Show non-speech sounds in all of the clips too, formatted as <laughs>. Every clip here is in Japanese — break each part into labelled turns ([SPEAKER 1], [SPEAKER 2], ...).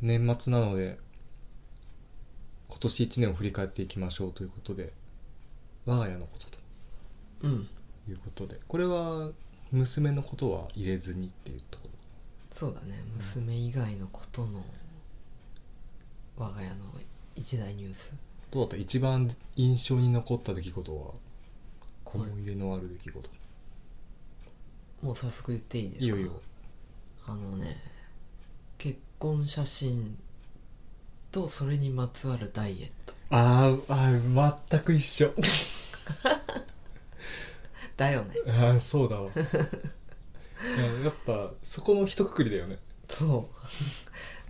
[SPEAKER 1] 年末なので今年1年を振り返っていきましょうということで我が家のことと
[SPEAKER 2] うん
[SPEAKER 1] いうことでこれは娘のことは入れずにっていうとこ
[SPEAKER 2] そうだね娘以外のことの我が家の一大ニュース
[SPEAKER 1] ろどうだった一番印象に残った出来事は
[SPEAKER 2] こ
[SPEAKER 1] 思
[SPEAKER 2] れ
[SPEAKER 1] い入れのある出来事
[SPEAKER 2] もう早速言っていいですか
[SPEAKER 1] いいよいいよ
[SPEAKER 2] あのね結婚写真とそれにまつわるダイエット
[SPEAKER 1] あーあー全く一緒 <laughs>
[SPEAKER 2] だよね
[SPEAKER 1] ああそうだわうんやっぱそこの一括りだよね
[SPEAKER 2] そ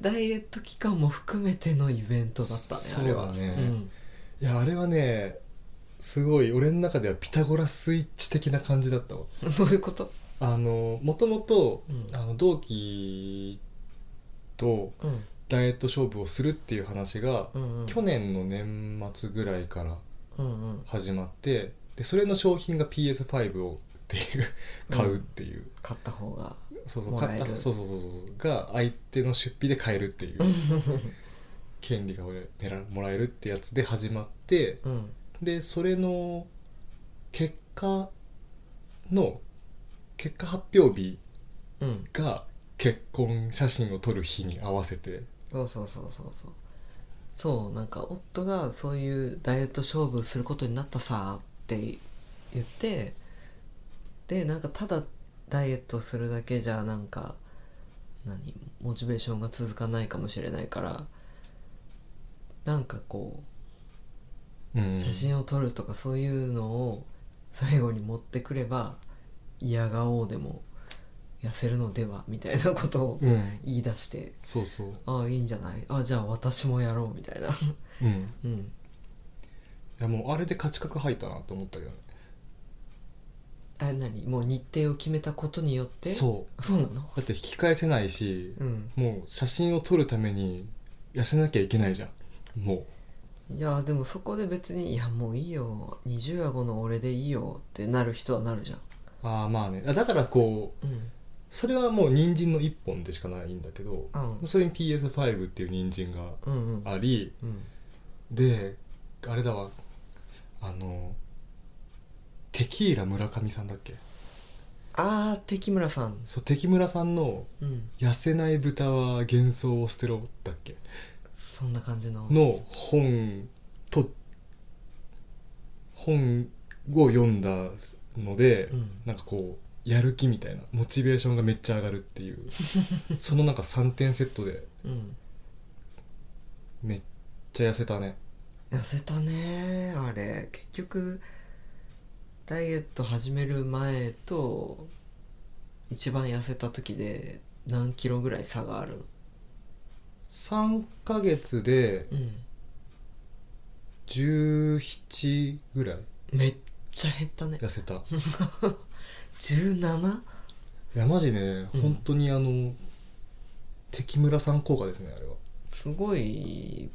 [SPEAKER 2] う <laughs> ダイエット期間も含めてのイベントだったね
[SPEAKER 1] そ
[SPEAKER 2] あれは
[SPEAKER 1] そうだね
[SPEAKER 2] うん、
[SPEAKER 1] いやあれはねすごい俺の中ではピタゴラスイッチ的な感じだったわ
[SPEAKER 2] どういうこと
[SPEAKER 1] あのもともと
[SPEAKER 2] うん
[SPEAKER 1] あの同期と
[SPEAKER 2] うん
[SPEAKER 1] ダイエット勝負をするっていう話が、
[SPEAKER 2] うんうん
[SPEAKER 1] 去年の年末ぐらいから
[SPEAKER 2] うんうん
[SPEAKER 1] 始まってでそれの商品が PS5 をっていう買うっていう、
[SPEAKER 2] 買った方が
[SPEAKER 1] そうそう
[SPEAKER 2] もら
[SPEAKER 1] 買
[SPEAKER 2] え
[SPEAKER 1] っ
[SPEAKER 2] る
[SPEAKER 1] たそうそうそうそうが相手の出費で買えるって
[SPEAKER 2] <laughs>
[SPEAKER 1] いう権利が俺ねらもらえるってやつで始まって
[SPEAKER 2] うん
[SPEAKER 1] でそれの結果の結果発表日
[SPEAKER 2] うん
[SPEAKER 1] が結婚写真を撮る日に合わせて
[SPEAKER 2] そうそうそうそうそうそうなんか夫がそういうダイエット勝負することになったさって言ってでなんかただダイエットするだけじゃなんか何モチベーションが続かないかもしれないからなんかこ
[SPEAKER 1] うん
[SPEAKER 2] う写真を撮るとかそういうのを最後に持ってくれば嫌顔でも痩せるのではみたいなことを
[SPEAKER 1] うん
[SPEAKER 2] 言い出して
[SPEAKER 1] そうそう
[SPEAKER 2] ああいいんじゃないあじゃあ私もやろうみたいな
[SPEAKER 1] うん
[SPEAKER 2] うん
[SPEAKER 1] いやもうあれで価値観入ったなと思ったけどね
[SPEAKER 2] <laughs> あ何もう日程を決めたことによってう
[SPEAKER 1] そう
[SPEAKER 2] そうなの
[SPEAKER 1] だって引き返せないし
[SPEAKER 2] <laughs> うん
[SPEAKER 1] もう写真を撮るために痩せなきゃいけないじゃんも
[SPEAKER 2] いやでもそこで別にいやもういいよ20顎の俺でいいよってなる人はなるじゃん
[SPEAKER 1] うああまあねあだからこう
[SPEAKER 2] うん
[SPEAKER 1] それはもう人参の1本でしかないんだけど
[SPEAKER 2] うん
[SPEAKER 1] それに PS5 っていう人参が
[SPEAKER 2] うんうん
[SPEAKER 1] あり
[SPEAKER 2] うん
[SPEAKER 1] であれだわあのテキーラ村上さんだっけ
[SPEAKER 2] あー敵村さん
[SPEAKER 1] そう敵村さんの
[SPEAKER 2] うん
[SPEAKER 1] 「痩せない豚は幻想を捨てろ」だっけ
[SPEAKER 2] そんな感じの
[SPEAKER 1] の本と本を読んだので、
[SPEAKER 2] うん
[SPEAKER 1] なんかこうやる気みたいなモチベーションがめっちゃ上がるって
[SPEAKER 2] <laughs>
[SPEAKER 1] いうそのなんか3点セットで
[SPEAKER 2] うん
[SPEAKER 1] めっちゃ痩せたね
[SPEAKER 2] 痩せたねあれ結局ダイエット始める前と一番痩せた時で何キロぐらい差があるの
[SPEAKER 1] 3ヶ月で
[SPEAKER 2] うん
[SPEAKER 1] 17ぐらい
[SPEAKER 2] めっちゃ減ったね
[SPEAKER 1] 痩せたい
[SPEAKER 2] 17?
[SPEAKER 1] やマジね、
[SPEAKER 2] うん
[SPEAKER 1] 本当にあの敵村さん効果ですねあれは
[SPEAKER 2] すごい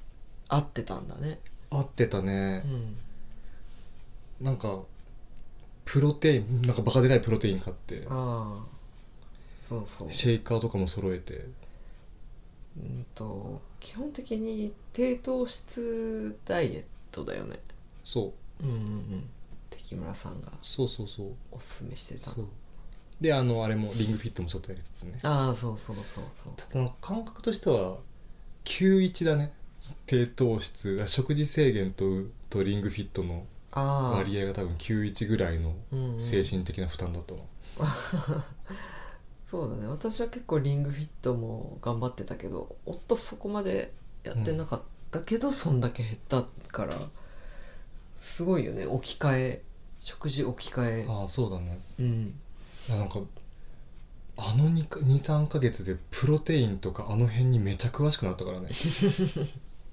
[SPEAKER 2] 合ってたんだね
[SPEAKER 1] 合ってたね
[SPEAKER 2] う、ん
[SPEAKER 1] なんかプロテインなんかバカでかいプロテイン買って
[SPEAKER 2] ああそうそう
[SPEAKER 1] シェイカーとかも揃えて
[SPEAKER 2] うんと基本的に低糖質ダイエットだよね
[SPEAKER 1] そう
[SPEAKER 2] うんうんうん敵村さんが
[SPEAKER 1] そうそうそう
[SPEAKER 2] おすすめしてた
[SPEAKER 1] そうであのあれもリングフィットもちょっとやりつつね
[SPEAKER 2] ああそうそうそうそう
[SPEAKER 1] ただなんか感覚としては91だね低糖質食事制限ととリングフィットの
[SPEAKER 2] ああ
[SPEAKER 1] 割合が多分91ぐらいの
[SPEAKER 2] うんうん
[SPEAKER 1] 精神的な負担だと思う、
[SPEAKER 2] そうだね私は結構リングフィットも頑張ってたけど夫そこまでやってなかったけど、そんだけ減ったからすごいよね置き換え食事置き換え
[SPEAKER 1] ああそうだね
[SPEAKER 2] うん
[SPEAKER 1] いやなんかあの23ヶ月でプロテインとかあの辺にめちゃ詳しくなった <laughs> からね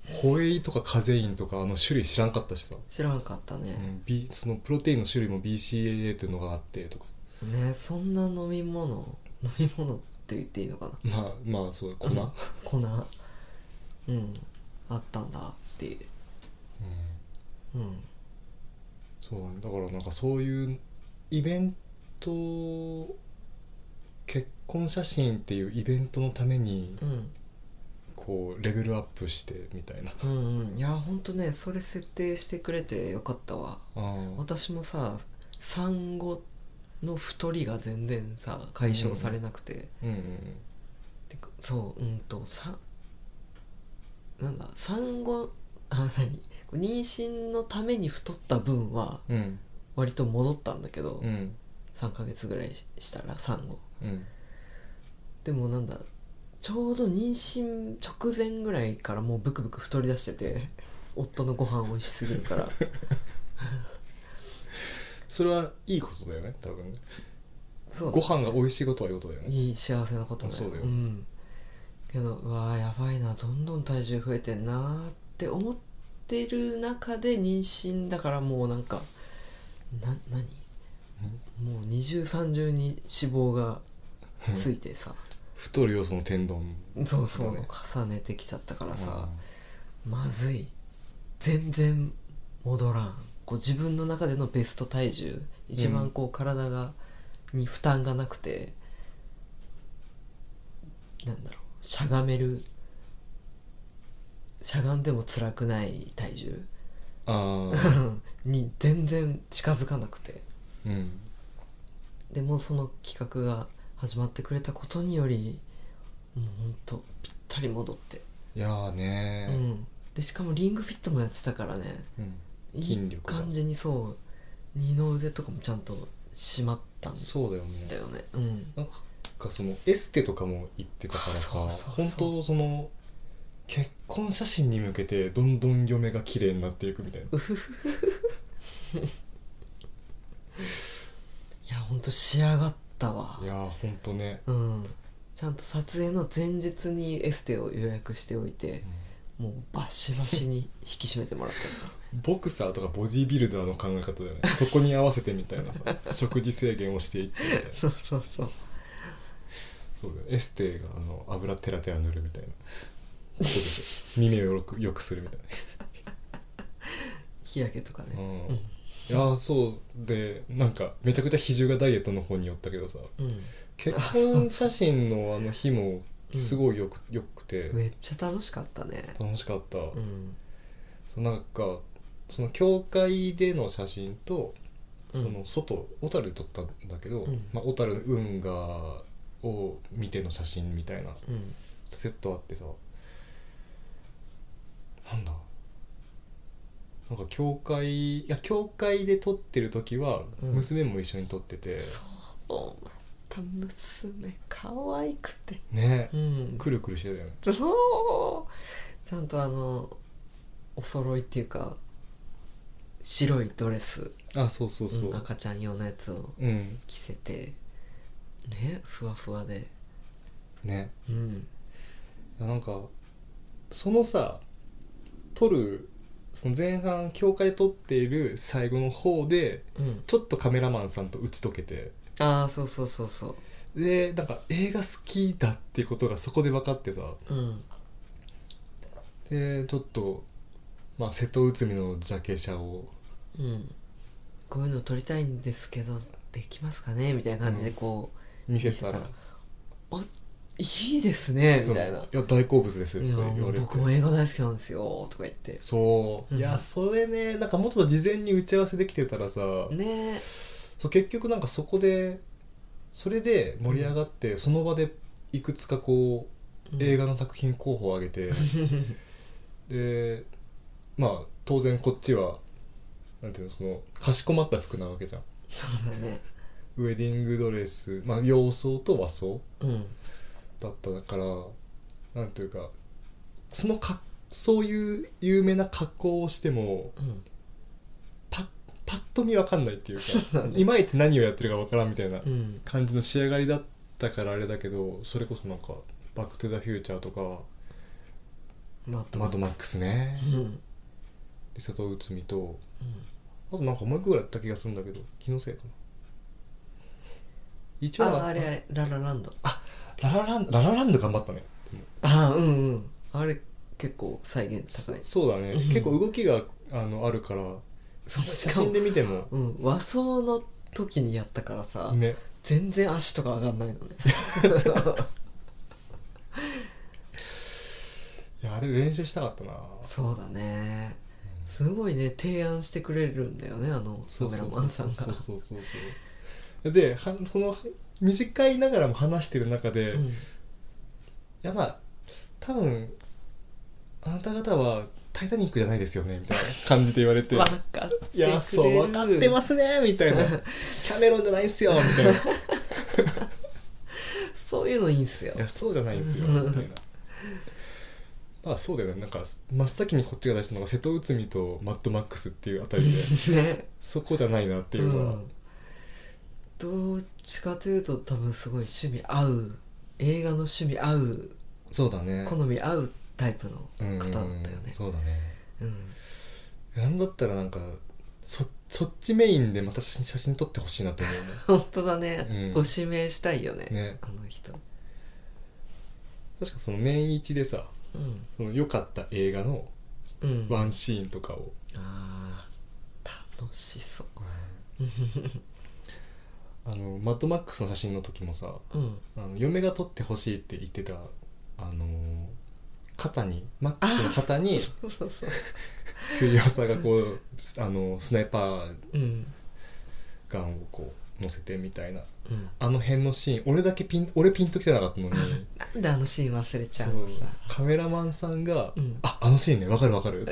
[SPEAKER 1] ホエイとかカゼインとかあの種類知らんかったしさ、
[SPEAKER 2] 知らんかった
[SPEAKER 1] う
[SPEAKER 2] ね、
[SPEAKER 1] ん B、そのプロテインの種類も BCAA というのがあってとか
[SPEAKER 2] ねそんな飲み物飲み物って言っていいのかな
[SPEAKER 1] まあまあそう粉、うん、い
[SPEAKER 2] 粉うんあったんだっていううん
[SPEAKER 1] そうだねだからなんかそういうイベント結婚写真っていうイベントのために
[SPEAKER 2] うん
[SPEAKER 1] ここうレベルアップしてみたいな
[SPEAKER 2] うんうんいやほんとねそれ設定してくれてよかったわ
[SPEAKER 1] あー
[SPEAKER 2] 私もさ産後の太りが全然さ解消されなくて、
[SPEAKER 1] うんうん
[SPEAKER 2] てかそううんとさなんだ産後あ何妊娠のために太った分は
[SPEAKER 1] うん
[SPEAKER 2] 割と戻ったんだけど、
[SPEAKER 1] うん
[SPEAKER 2] 3ヶ月ぐらいしたら産後
[SPEAKER 1] うん
[SPEAKER 2] でもなんだちょうど妊娠直前ぐらいからもうブクブク太り出してて夫のご飯美味しすぎ
[SPEAKER 1] <laughs>
[SPEAKER 2] るから
[SPEAKER 1] それはいいことだよね多分ね
[SPEAKER 2] そう
[SPEAKER 1] ご飯が美味しいことはいいことだよね
[SPEAKER 2] いい幸せなこと
[SPEAKER 1] そうだよ
[SPEAKER 2] ん、けどうわーやばいなどんどん体重増えてんなーって思ってる中で妊娠だからもうなんかな何もう二重三重に脂肪がついてさ
[SPEAKER 1] <laughs> 太る要素の天丼
[SPEAKER 2] そうそう、
[SPEAKER 1] だね
[SPEAKER 2] 重ねてきちゃったからさ、まずい全然戻らんこう自分の中でのベスト体重一番こう体が、に負担がなくてなんだろうしゃがめるしゃがんでも辛くない体重
[SPEAKER 1] ああ
[SPEAKER 2] <laughs> に全然近づかなくて
[SPEAKER 1] うん
[SPEAKER 2] でもうその企画が始まってくれたことによりもうほんとぴったり戻って、
[SPEAKER 1] いやーね
[SPEAKER 2] う
[SPEAKER 1] ー、
[SPEAKER 2] ん、でしかもリングフィットもやってたからね
[SPEAKER 1] うん
[SPEAKER 2] い
[SPEAKER 1] 筋
[SPEAKER 2] い
[SPEAKER 1] 力が
[SPEAKER 2] 感じにそう二の腕とかもちゃんと締まったん
[SPEAKER 1] そうだよね
[SPEAKER 2] だよねうん
[SPEAKER 1] なんかそのエステとかも行ってたからさ
[SPEAKER 2] そうそうそう
[SPEAKER 1] 本当その結婚写真に向けてどんどん嫁が綺麗になっていくみたいな
[SPEAKER 2] いやほんと仕上がったわ
[SPEAKER 1] いやーほんとね、
[SPEAKER 2] うんちゃんと撮影の前日にエステを予約しておいて、もうバシバシに引き締めてもらったから
[SPEAKER 1] ボクサーとかボディービルダーの考え方だよねそこに合わせてみたいなさ
[SPEAKER 2] <laughs>
[SPEAKER 1] 食事制限をしていってみたいな
[SPEAKER 2] <laughs> そうそうそう
[SPEAKER 1] そうだよエステがあの油テラテラ塗るみたいなことでしょ耳をよくよくするみたい
[SPEAKER 2] 日焼けとかね
[SPEAKER 1] な、うんいやーそうでなんかめちゃくちゃ比重がダイエットの方に寄ったけどさ
[SPEAKER 2] うん、
[SPEAKER 1] 結婚写真のあの日もすごいよく,、よくて
[SPEAKER 2] めっちゃ楽しかったね
[SPEAKER 1] 楽しかった、
[SPEAKER 2] うん
[SPEAKER 1] そのなんかその教会での写真と
[SPEAKER 2] う
[SPEAKER 1] そ
[SPEAKER 2] ん
[SPEAKER 1] の外小樽で撮ったんだけど、
[SPEAKER 2] うん
[SPEAKER 1] まあ、小樽運河を見ての写真みたいな
[SPEAKER 2] うん
[SPEAKER 1] セットあってさなんだなんか教会いや教会で撮ってる時は
[SPEAKER 2] うん
[SPEAKER 1] 娘も一緒に撮ってて、
[SPEAKER 2] そうまた娘可愛くて
[SPEAKER 1] ね
[SPEAKER 2] うん
[SPEAKER 1] くるくるしてたよね
[SPEAKER 2] そうちゃんとあのお揃いっていうか白いドレス、
[SPEAKER 1] あそうそうそう、
[SPEAKER 2] うん赤ちゃん用のやつを
[SPEAKER 1] うん
[SPEAKER 2] 着せてねふわふわで
[SPEAKER 1] ね
[SPEAKER 2] うん
[SPEAKER 1] いやなんかそのさ撮るその前半教会撮っている最後の方で
[SPEAKER 2] うん
[SPEAKER 1] ちょっとカメラマンさんと打ち解けて
[SPEAKER 2] ああそうそうそうそ
[SPEAKER 1] でなんか映画好きだっていうことがそこで分かってさ
[SPEAKER 2] ううん
[SPEAKER 1] でちょっと、まあ、瀬戸内海のジャケ写を
[SPEAKER 2] うんこういうの撮りたいんですけどできますかねみたいな感じでこう、
[SPEAKER 1] 見せたら
[SPEAKER 2] 見あいいですねみたいな
[SPEAKER 1] そういや大好物です」
[SPEAKER 2] い
[SPEAKER 1] と
[SPEAKER 2] や
[SPEAKER 1] か言
[SPEAKER 2] も
[SPEAKER 1] わ
[SPEAKER 2] う
[SPEAKER 1] れて
[SPEAKER 2] 僕も映画大好きなんですよとか言って
[SPEAKER 1] そういやそれねなんかもっと事前に打ち合わせできてたらさ
[SPEAKER 2] ね
[SPEAKER 1] そう結局なんかそこでそれで盛り上がって、その場でいくつかこう映
[SPEAKER 2] 画
[SPEAKER 1] 画の作品候補を挙げ
[SPEAKER 2] <laughs>
[SPEAKER 1] て、でまあ当然こっちはなんていうのそのかしこまった服なわけじゃん
[SPEAKER 2] そうだね
[SPEAKER 1] ウェディングドレス、まあ、洋装と和装
[SPEAKER 2] うん
[SPEAKER 1] だったからなんていうかそのかそういう有名な格好をしても
[SPEAKER 2] うん
[SPEAKER 1] パッパッと見わかんないっていうか
[SPEAKER 2] そうだね
[SPEAKER 1] いまいち何をやってるかわからんみたいな
[SPEAKER 2] うん
[SPEAKER 1] 感じの仕上がりだったからあれだけどそれこそなんか「バック・トゥ・ザ・フューチャー」とか
[SPEAKER 2] マ
[SPEAKER 1] 「
[SPEAKER 2] ッ
[SPEAKER 1] マッドマックスね」
[SPEAKER 2] うんうん
[SPEAKER 1] で佐藤内海とあとなんかもう一個ぐらいやった気がするんだけど気のせいかな一応
[SPEAKER 2] ああれあれララランド
[SPEAKER 1] ララランララランド頑張ったねでも
[SPEAKER 2] あうんうんあれ結構再現高い
[SPEAKER 1] そそうだね
[SPEAKER 2] うん
[SPEAKER 1] 結構動きがあのあるから
[SPEAKER 2] そうし
[SPEAKER 1] 写
[SPEAKER 2] かも
[SPEAKER 1] 真で見ても
[SPEAKER 2] うん和装の時にやったからさ、
[SPEAKER 1] ね
[SPEAKER 2] 全然足とか上がんないのね
[SPEAKER 1] いやあれ練習したかったな
[SPEAKER 2] そうだねすごいね提案してくれるんだよねあのカメラマンさんが
[SPEAKER 1] そうそうそうそうではその短いながらも話してる中で、
[SPEAKER 2] う
[SPEAKER 1] い
[SPEAKER 2] ん
[SPEAKER 1] やまあ多分あなた方は「タイタニック」じゃないですよねみたいな感じで言われ
[SPEAKER 2] <laughs>
[SPEAKER 1] て
[SPEAKER 2] わかってくれる
[SPEAKER 1] いやそう分かってますすねみたい
[SPEAKER 2] <laughs>
[SPEAKER 1] なキャメロンじゃないっすよみたいない
[SPEAKER 2] そういうのいいんすよ
[SPEAKER 1] やそうじゃないんですよみたいなまあそうだよねなんか真っ先にこっちが出したのが瀬戸内海とマッドマックスっていうあたりで
[SPEAKER 2] <laughs> ね
[SPEAKER 1] そこじゃないなっていうのは、
[SPEAKER 2] うん、どっちかというと多分すごい趣味合う映画の趣味合う
[SPEAKER 1] そうだね
[SPEAKER 2] 好み合うタイプの
[SPEAKER 1] うん
[SPEAKER 2] 方だったよね
[SPEAKER 1] そうだね
[SPEAKER 2] うん <laughs>
[SPEAKER 1] なんだったらなんかそそっちメインでまた写真写真撮ってほしいなと思うね
[SPEAKER 2] 本当だね、
[SPEAKER 1] うん
[SPEAKER 2] ご指名したいよね
[SPEAKER 1] ね
[SPEAKER 2] あの人
[SPEAKER 1] 確かその年一でさ
[SPEAKER 2] うん
[SPEAKER 1] その良かった映画の
[SPEAKER 2] うん
[SPEAKER 1] ワンシーンとかを、
[SPEAKER 2] あー楽しそう
[SPEAKER 1] あのマッドマックスの写真の時もさ
[SPEAKER 2] うん
[SPEAKER 1] あの嫁が撮ってほしいって言ってたあのー肩にマックスの肩に
[SPEAKER 2] そうそうそう
[SPEAKER 1] フュリオサがこうあのスナイパー
[SPEAKER 2] うん
[SPEAKER 1] ガンをこう乗せてみたいな
[SPEAKER 2] うん
[SPEAKER 1] あの辺のシーン俺だけピン俺ピンときてなかったのに
[SPEAKER 2] なんであのシーン忘れち
[SPEAKER 1] そ
[SPEAKER 2] ゃう
[SPEAKER 1] う
[SPEAKER 2] のさ
[SPEAKER 1] カメラマンさんが「
[SPEAKER 2] うん
[SPEAKER 1] ああのシーンねわかるわかる」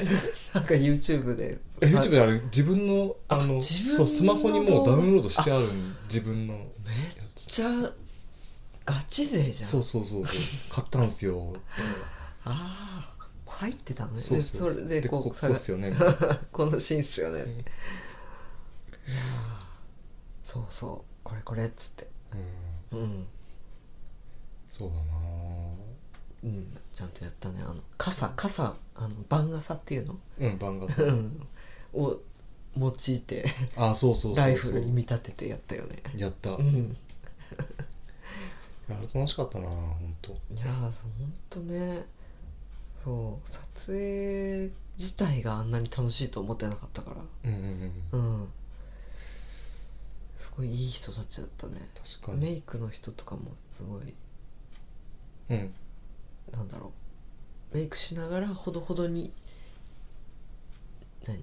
[SPEAKER 2] なんか YouTube で
[SPEAKER 1] え YouTube であれ自分のあ
[SPEAKER 2] あ
[SPEAKER 1] の
[SPEAKER 2] 自分
[SPEAKER 1] そ
[SPEAKER 2] の
[SPEAKER 1] うスマホにもうダウンロードしてある自分の
[SPEAKER 2] めっちゃガチ勢じゃん
[SPEAKER 1] そうそうそうそう買ったんすよ
[SPEAKER 2] ああ入ってたのね
[SPEAKER 1] そう
[SPEAKER 2] で
[SPEAKER 1] そう
[SPEAKER 2] それでこ
[SPEAKER 1] こ
[SPEAKER 2] う
[SPEAKER 1] こ
[SPEAKER 2] 探
[SPEAKER 1] っすよね
[SPEAKER 2] このシーンっすよね、
[SPEAKER 1] ん
[SPEAKER 2] そうそうこれこれっつって
[SPEAKER 1] うん
[SPEAKER 2] うん、
[SPEAKER 1] そうだな
[SPEAKER 2] うん、ちゃんとやったねあの傘傘あの番傘っていうの
[SPEAKER 1] ぁうん番が
[SPEAKER 2] <laughs>
[SPEAKER 1] さ
[SPEAKER 2] うんを用いて
[SPEAKER 1] あそうそうそうそう
[SPEAKER 2] ライフルに見立ててやったよね
[SPEAKER 1] やったい
[SPEAKER 2] うん
[SPEAKER 1] やあれ楽しかったなぁほんと
[SPEAKER 2] いやーほんとねそう撮影自体があんなに楽しいと思ってなかったから
[SPEAKER 1] うんうんうん
[SPEAKER 2] うんすごいいい人たちだったね
[SPEAKER 1] 確か
[SPEAKER 2] メ
[SPEAKER 1] に
[SPEAKER 2] イクの人とかもすごい
[SPEAKER 1] うん
[SPEAKER 2] なんだろうメイクしながらほどほどに何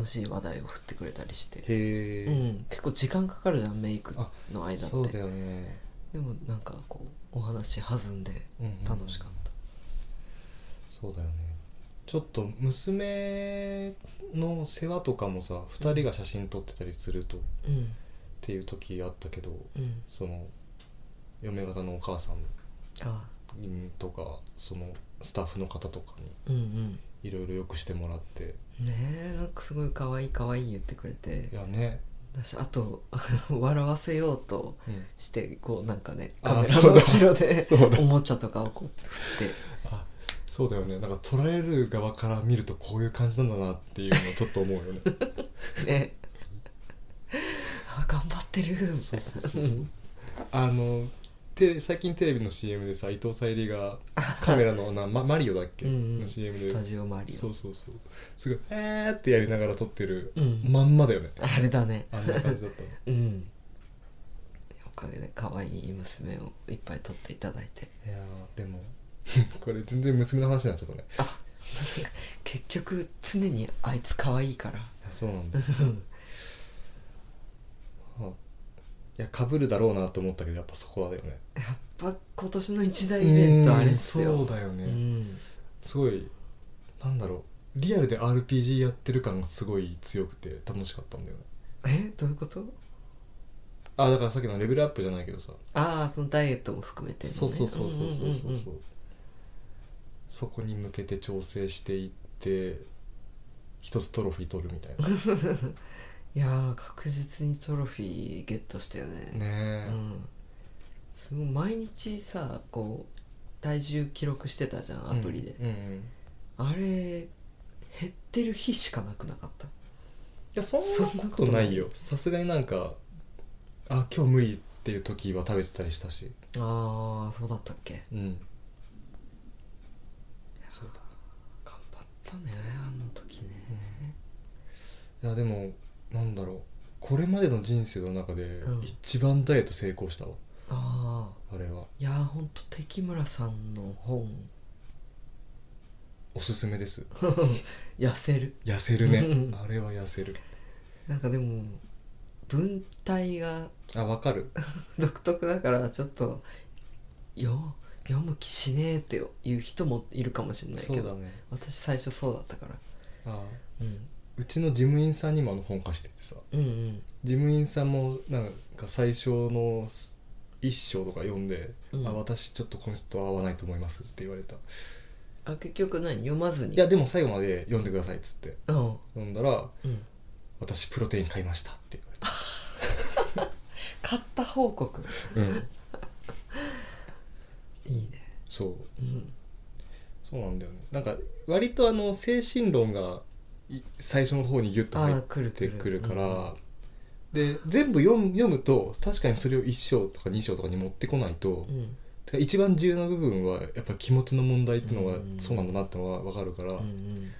[SPEAKER 2] 楽しい話題を振ってくれたりして、
[SPEAKER 1] へ
[SPEAKER 2] う
[SPEAKER 1] え
[SPEAKER 2] ん、結構時間かかるじゃんメイクの間
[SPEAKER 1] そう
[SPEAKER 2] っ
[SPEAKER 1] だ
[SPEAKER 2] て
[SPEAKER 1] よね
[SPEAKER 2] でもなんかこうお話弾んで
[SPEAKER 1] うんうん
[SPEAKER 2] 楽しかった、
[SPEAKER 1] そうだよねちょっと娘の世話とかもさ2人が写真撮ってたりすると
[SPEAKER 2] うん
[SPEAKER 1] っていう時あったけど
[SPEAKER 2] うん
[SPEAKER 1] その嫁方のお母さ
[SPEAKER 2] あ
[SPEAKER 1] んとかそのスタッフの方とかに
[SPEAKER 2] うんうん
[SPEAKER 1] いろいろよくしてもらって
[SPEAKER 2] ねえなんかすごい可愛い可愛い言ってくれて
[SPEAKER 1] いやね、
[SPEAKER 2] だしあと <laughs> 笑わせようと
[SPEAKER 1] うん、
[SPEAKER 2] してこうなんかね
[SPEAKER 1] あ
[SPEAKER 2] カメラ
[SPEAKER 1] そうだ
[SPEAKER 2] の後ろで
[SPEAKER 1] そうだ
[SPEAKER 2] おもちゃとかをこう振って
[SPEAKER 1] あそうだよねなんか捉える側から見るとこういう感じなんだなっていうのをちょっと思うよね
[SPEAKER 2] ねあ頑張ってるみたいな
[SPEAKER 1] そうそうそう
[SPEAKER 2] <laughs>
[SPEAKER 1] そうあのテレ最近テレビの CM でさ伊藤沙莉がカメラのな、ま、マリオだっけ、
[SPEAKER 2] うんうん
[SPEAKER 1] の CM で
[SPEAKER 2] スタジオマリオ
[SPEAKER 1] そうそうそうすごい「えー」ってやりながら撮ってる、
[SPEAKER 2] うん
[SPEAKER 1] まんまだよね
[SPEAKER 2] あれだね
[SPEAKER 1] あんな感じだ
[SPEAKER 2] <laughs>
[SPEAKER 1] ったの
[SPEAKER 2] うんおかげで可愛い娘をいっぱい撮っていただいて
[SPEAKER 1] いやーでも <laughs> これ全然娘の話になっちゃったね
[SPEAKER 2] あ結局常にあいつ可愛いから
[SPEAKER 1] い
[SPEAKER 2] <laughs>
[SPEAKER 1] やそうなんだ、はあいやかぶるだろうなと思ったけどやっぱそこだよね
[SPEAKER 2] やっぱ今年の一大イベントあれっす
[SPEAKER 1] うーん
[SPEAKER 2] よ
[SPEAKER 1] そうだよね、
[SPEAKER 2] うん
[SPEAKER 1] すごいなんだろうリアルで RPG やってる感がすごい強くて楽しかったんだよね
[SPEAKER 2] えどういうこと
[SPEAKER 1] あだからさっきのレベルアップじゃないけどさ
[SPEAKER 2] ああそのダイエットも含めてのね
[SPEAKER 1] そうそうそうそうそうそう,、
[SPEAKER 2] んんん
[SPEAKER 1] そうそこに向けて調整していって一つトロフィー取るみたいなね
[SPEAKER 2] いやー確実にトロフィーゲットしたよね
[SPEAKER 1] え、
[SPEAKER 2] うんすごい毎日さこう体重記録してたじゃんアプリで、
[SPEAKER 1] うんうんうんい
[SPEAKER 2] あれ減ってる日しかなくなかった
[SPEAKER 1] やそん
[SPEAKER 2] そ
[SPEAKER 1] な
[SPEAKER 2] んな
[SPEAKER 1] こ
[SPEAKER 2] ことと
[SPEAKER 1] な
[SPEAKER 2] ない
[SPEAKER 1] いよさすがになんかあ今日無理っていう時は食べてたりしたし
[SPEAKER 2] ああそうだったっけ
[SPEAKER 1] うんそうだ
[SPEAKER 2] 頑張ったねあの時ね
[SPEAKER 1] いやでもなんだろうこれまでの人生の中で
[SPEAKER 2] うん
[SPEAKER 1] 一番ダイエット成功したわ、
[SPEAKER 2] ああ
[SPEAKER 1] あれは
[SPEAKER 2] ーいやーほんと関村さんの本
[SPEAKER 1] すすめです
[SPEAKER 2] <laughs> 痩せる
[SPEAKER 1] 痩せるね
[SPEAKER 2] うん
[SPEAKER 1] あれは痩せる
[SPEAKER 2] なんかでも文体が
[SPEAKER 1] あわかる
[SPEAKER 2] 独特だからちょっとよ読む気しねえっていう人もいるかもしれない
[SPEAKER 1] そう
[SPEAKER 2] け
[SPEAKER 1] だ
[SPEAKER 2] ど、
[SPEAKER 1] ね
[SPEAKER 2] 私最初そうだったから、
[SPEAKER 1] あ
[SPEAKER 2] うん、
[SPEAKER 1] うちの事務員さんにもあの本貸しててさ
[SPEAKER 2] うんうん
[SPEAKER 1] 事務員さんもなんか最初の一章とか読んで「
[SPEAKER 2] うん
[SPEAKER 1] あ私ちょっとこの人と合わないと思います」って言われた「
[SPEAKER 2] あ結局何読まずに
[SPEAKER 1] いやでも最後まで読んでください」っつって
[SPEAKER 2] うん
[SPEAKER 1] 読んだら
[SPEAKER 2] うん
[SPEAKER 1] 「私プロテイン買いました」って言われた
[SPEAKER 2] 買った報告
[SPEAKER 1] うん
[SPEAKER 2] いいね
[SPEAKER 1] そう
[SPEAKER 2] うん
[SPEAKER 1] そうなんだよねなんか割とあの精神論がい最初の方にギュッと入
[SPEAKER 2] あ
[SPEAKER 1] っ
[SPEAKER 2] あくる
[SPEAKER 1] てくるか
[SPEAKER 2] うん
[SPEAKER 1] らで全部読む読むと確かにそれを1章とか2章とかに持ってこないと
[SPEAKER 2] うん
[SPEAKER 1] てか一番重要な部分はやっぱ気持ちの問題ってのは
[SPEAKER 2] うん
[SPEAKER 1] そうなんだなってのは分かるから
[SPEAKER 2] うんうん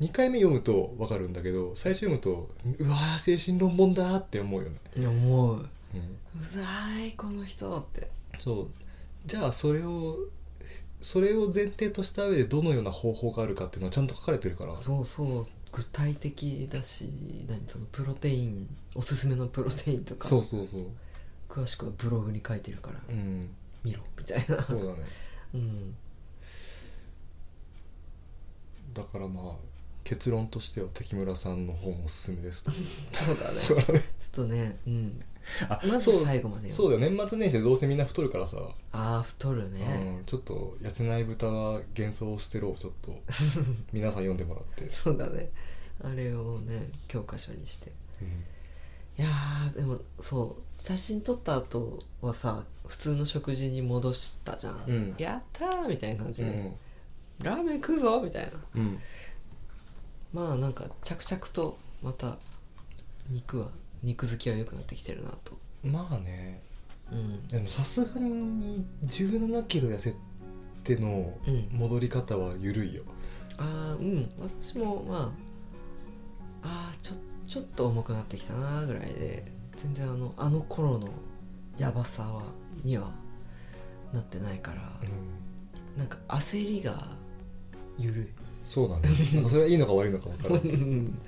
[SPEAKER 1] 2回目読むと分かるんだけど最初読むとうわー精神論本だーって思うよね、
[SPEAKER 2] いやもう
[SPEAKER 1] うん
[SPEAKER 2] うざいこの人って
[SPEAKER 1] そうじゃあそれをそれを前提とした上でどのような方法があるかっていうのはちゃんと書かれてるから
[SPEAKER 2] そうそう具体的だし何そのプロテインおすすめのプロテインとか
[SPEAKER 1] そうそうそう
[SPEAKER 2] 詳しくはブログに書いてるから <laughs>
[SPEAKER 1] うん
[SPEAKER 2] 見ろみたいな
[SPEAKER 1] そうだね
[SPEAKER 2] うん
[SPEAKER 1] だからまあ結論としては関村さんの本おすすめですと
[SPEAKER 2] そう
[SPEAKER 1] <laughs>
[SPEAKER 2] だねちょっとねうん
[SPEAKER 1] あ
[SPEAKER 2] ま
[SPEAKER 1] そ
[SPEAKER 2] ず
[SPEAKER 1] う
[SPEAKER 2] 最後まで
[SPEAKER 1] そう
[SPEAKER 2] う
[SPEAKER 1] だよ年末年始でどうせみんな太るからさ、
[SPEAKER 2] ああ太るね
[SPEAKER 1] うん、ちょっと痩せない豚は幻想を捨てろをちょっ <laughs> と皆さん読んでもらって、
[SPEAKER 2] そうだねあれをね教科書にして
[SPEAKER 1] うん
[SPEAKER 2] いやーでもそう写真撮った後はさ普通の食事に戻したじゃん、
[SPEAKER 1] うん
[SPEAKER 2] やったーみたいな感じで、ラーメン食うぞみたいな
[SPEAKER 1] うんうん、
[SPEAKER 2] まあなんか着々とまた肉は肉付きは良くなってきてるなと
[SPEAKER 1] まあね
[SPEAKER 2] うん
[SPEAKER 1] でもさすがに1 7キロ痩せての
[SPEAKER 2] うん
[SPEAKER 1] 戻り方は緩いよ、
[SPEAKER 2] あーうん私もまああーちょちょっと重くなってきたなーぐらいで全然あのあの頃のやばさはにはなってないから、
[SPEAKER 1] うん、
[SPEAKER 2] なんか焦りが緩い
[SPEAKER 1] そう <laughs> だねなんかそれはいいのか悪いのか分からん <laughs> けど
[SPEAKER 2] うん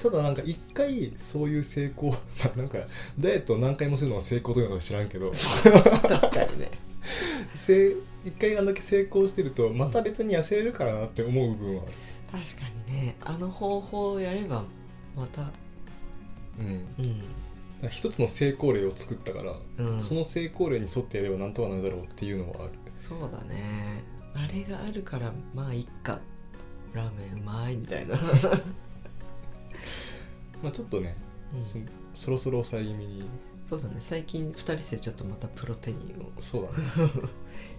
[SPEAKER 1] ただなんか一回そういう成功 <laughs> まあなんかダイエットを何回もするのが成功というのは知らん <laughs> けど
[SPEAKER 2] 確かにね
[SPEAKER 1] せ一回あんだけ成功してるとまた別に痩せれるからなって思う部分はあ
[SPEAKER 2] 確かにねあの方法をやればまた
[SPEAKER 1] る、うん、
[SPEAKER 2] うん、
[SPEAKER 1] 一つの成功例を作ったから、
[SPEAKER 2] うん、
[SPEAKER 1] その成功例に沿ってやればなんとかなるだろうっていうのはある
[SPEAKER 2] そうだねあれがあるからまあいっかラーメンうまい
[SPEAKER 1] <laughs>
[SPEAKER 2] みたいな、
[SPEAKER 1] まあちょっとね
[SPEAKER 2] うん
[SPEAKER 1] そそろそろ抑え気味に
[SPEAKER 2] そうだね最近2人してちょっとまたプロテインを <laughs>
[SPEAKER 1] そうだね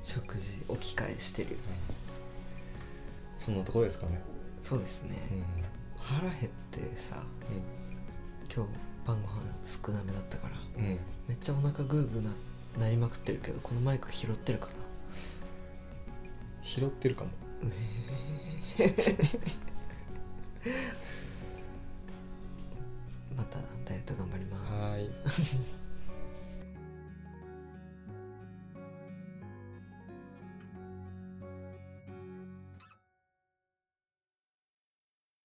[SPEAKER 2] 食事置き換えしてる
[SPEAKER 1] そんなとこですかね
[SPEAKER 2] そうですね、
[SPEAKER 1] うん、
[SPEAKER 2] 腹減ってさ今日晩ご飯少なめだったから
[SPEAKER 1] うんうん、
[SPEAKER 2] めっちゃお腹グーグーななりまくってるけどこのマイク拾ってるかな
[SPEAKER 1] 拾ってるかも
[SPEAKER 2] またダイエット頑張ります
[SPEAKER 1] はーい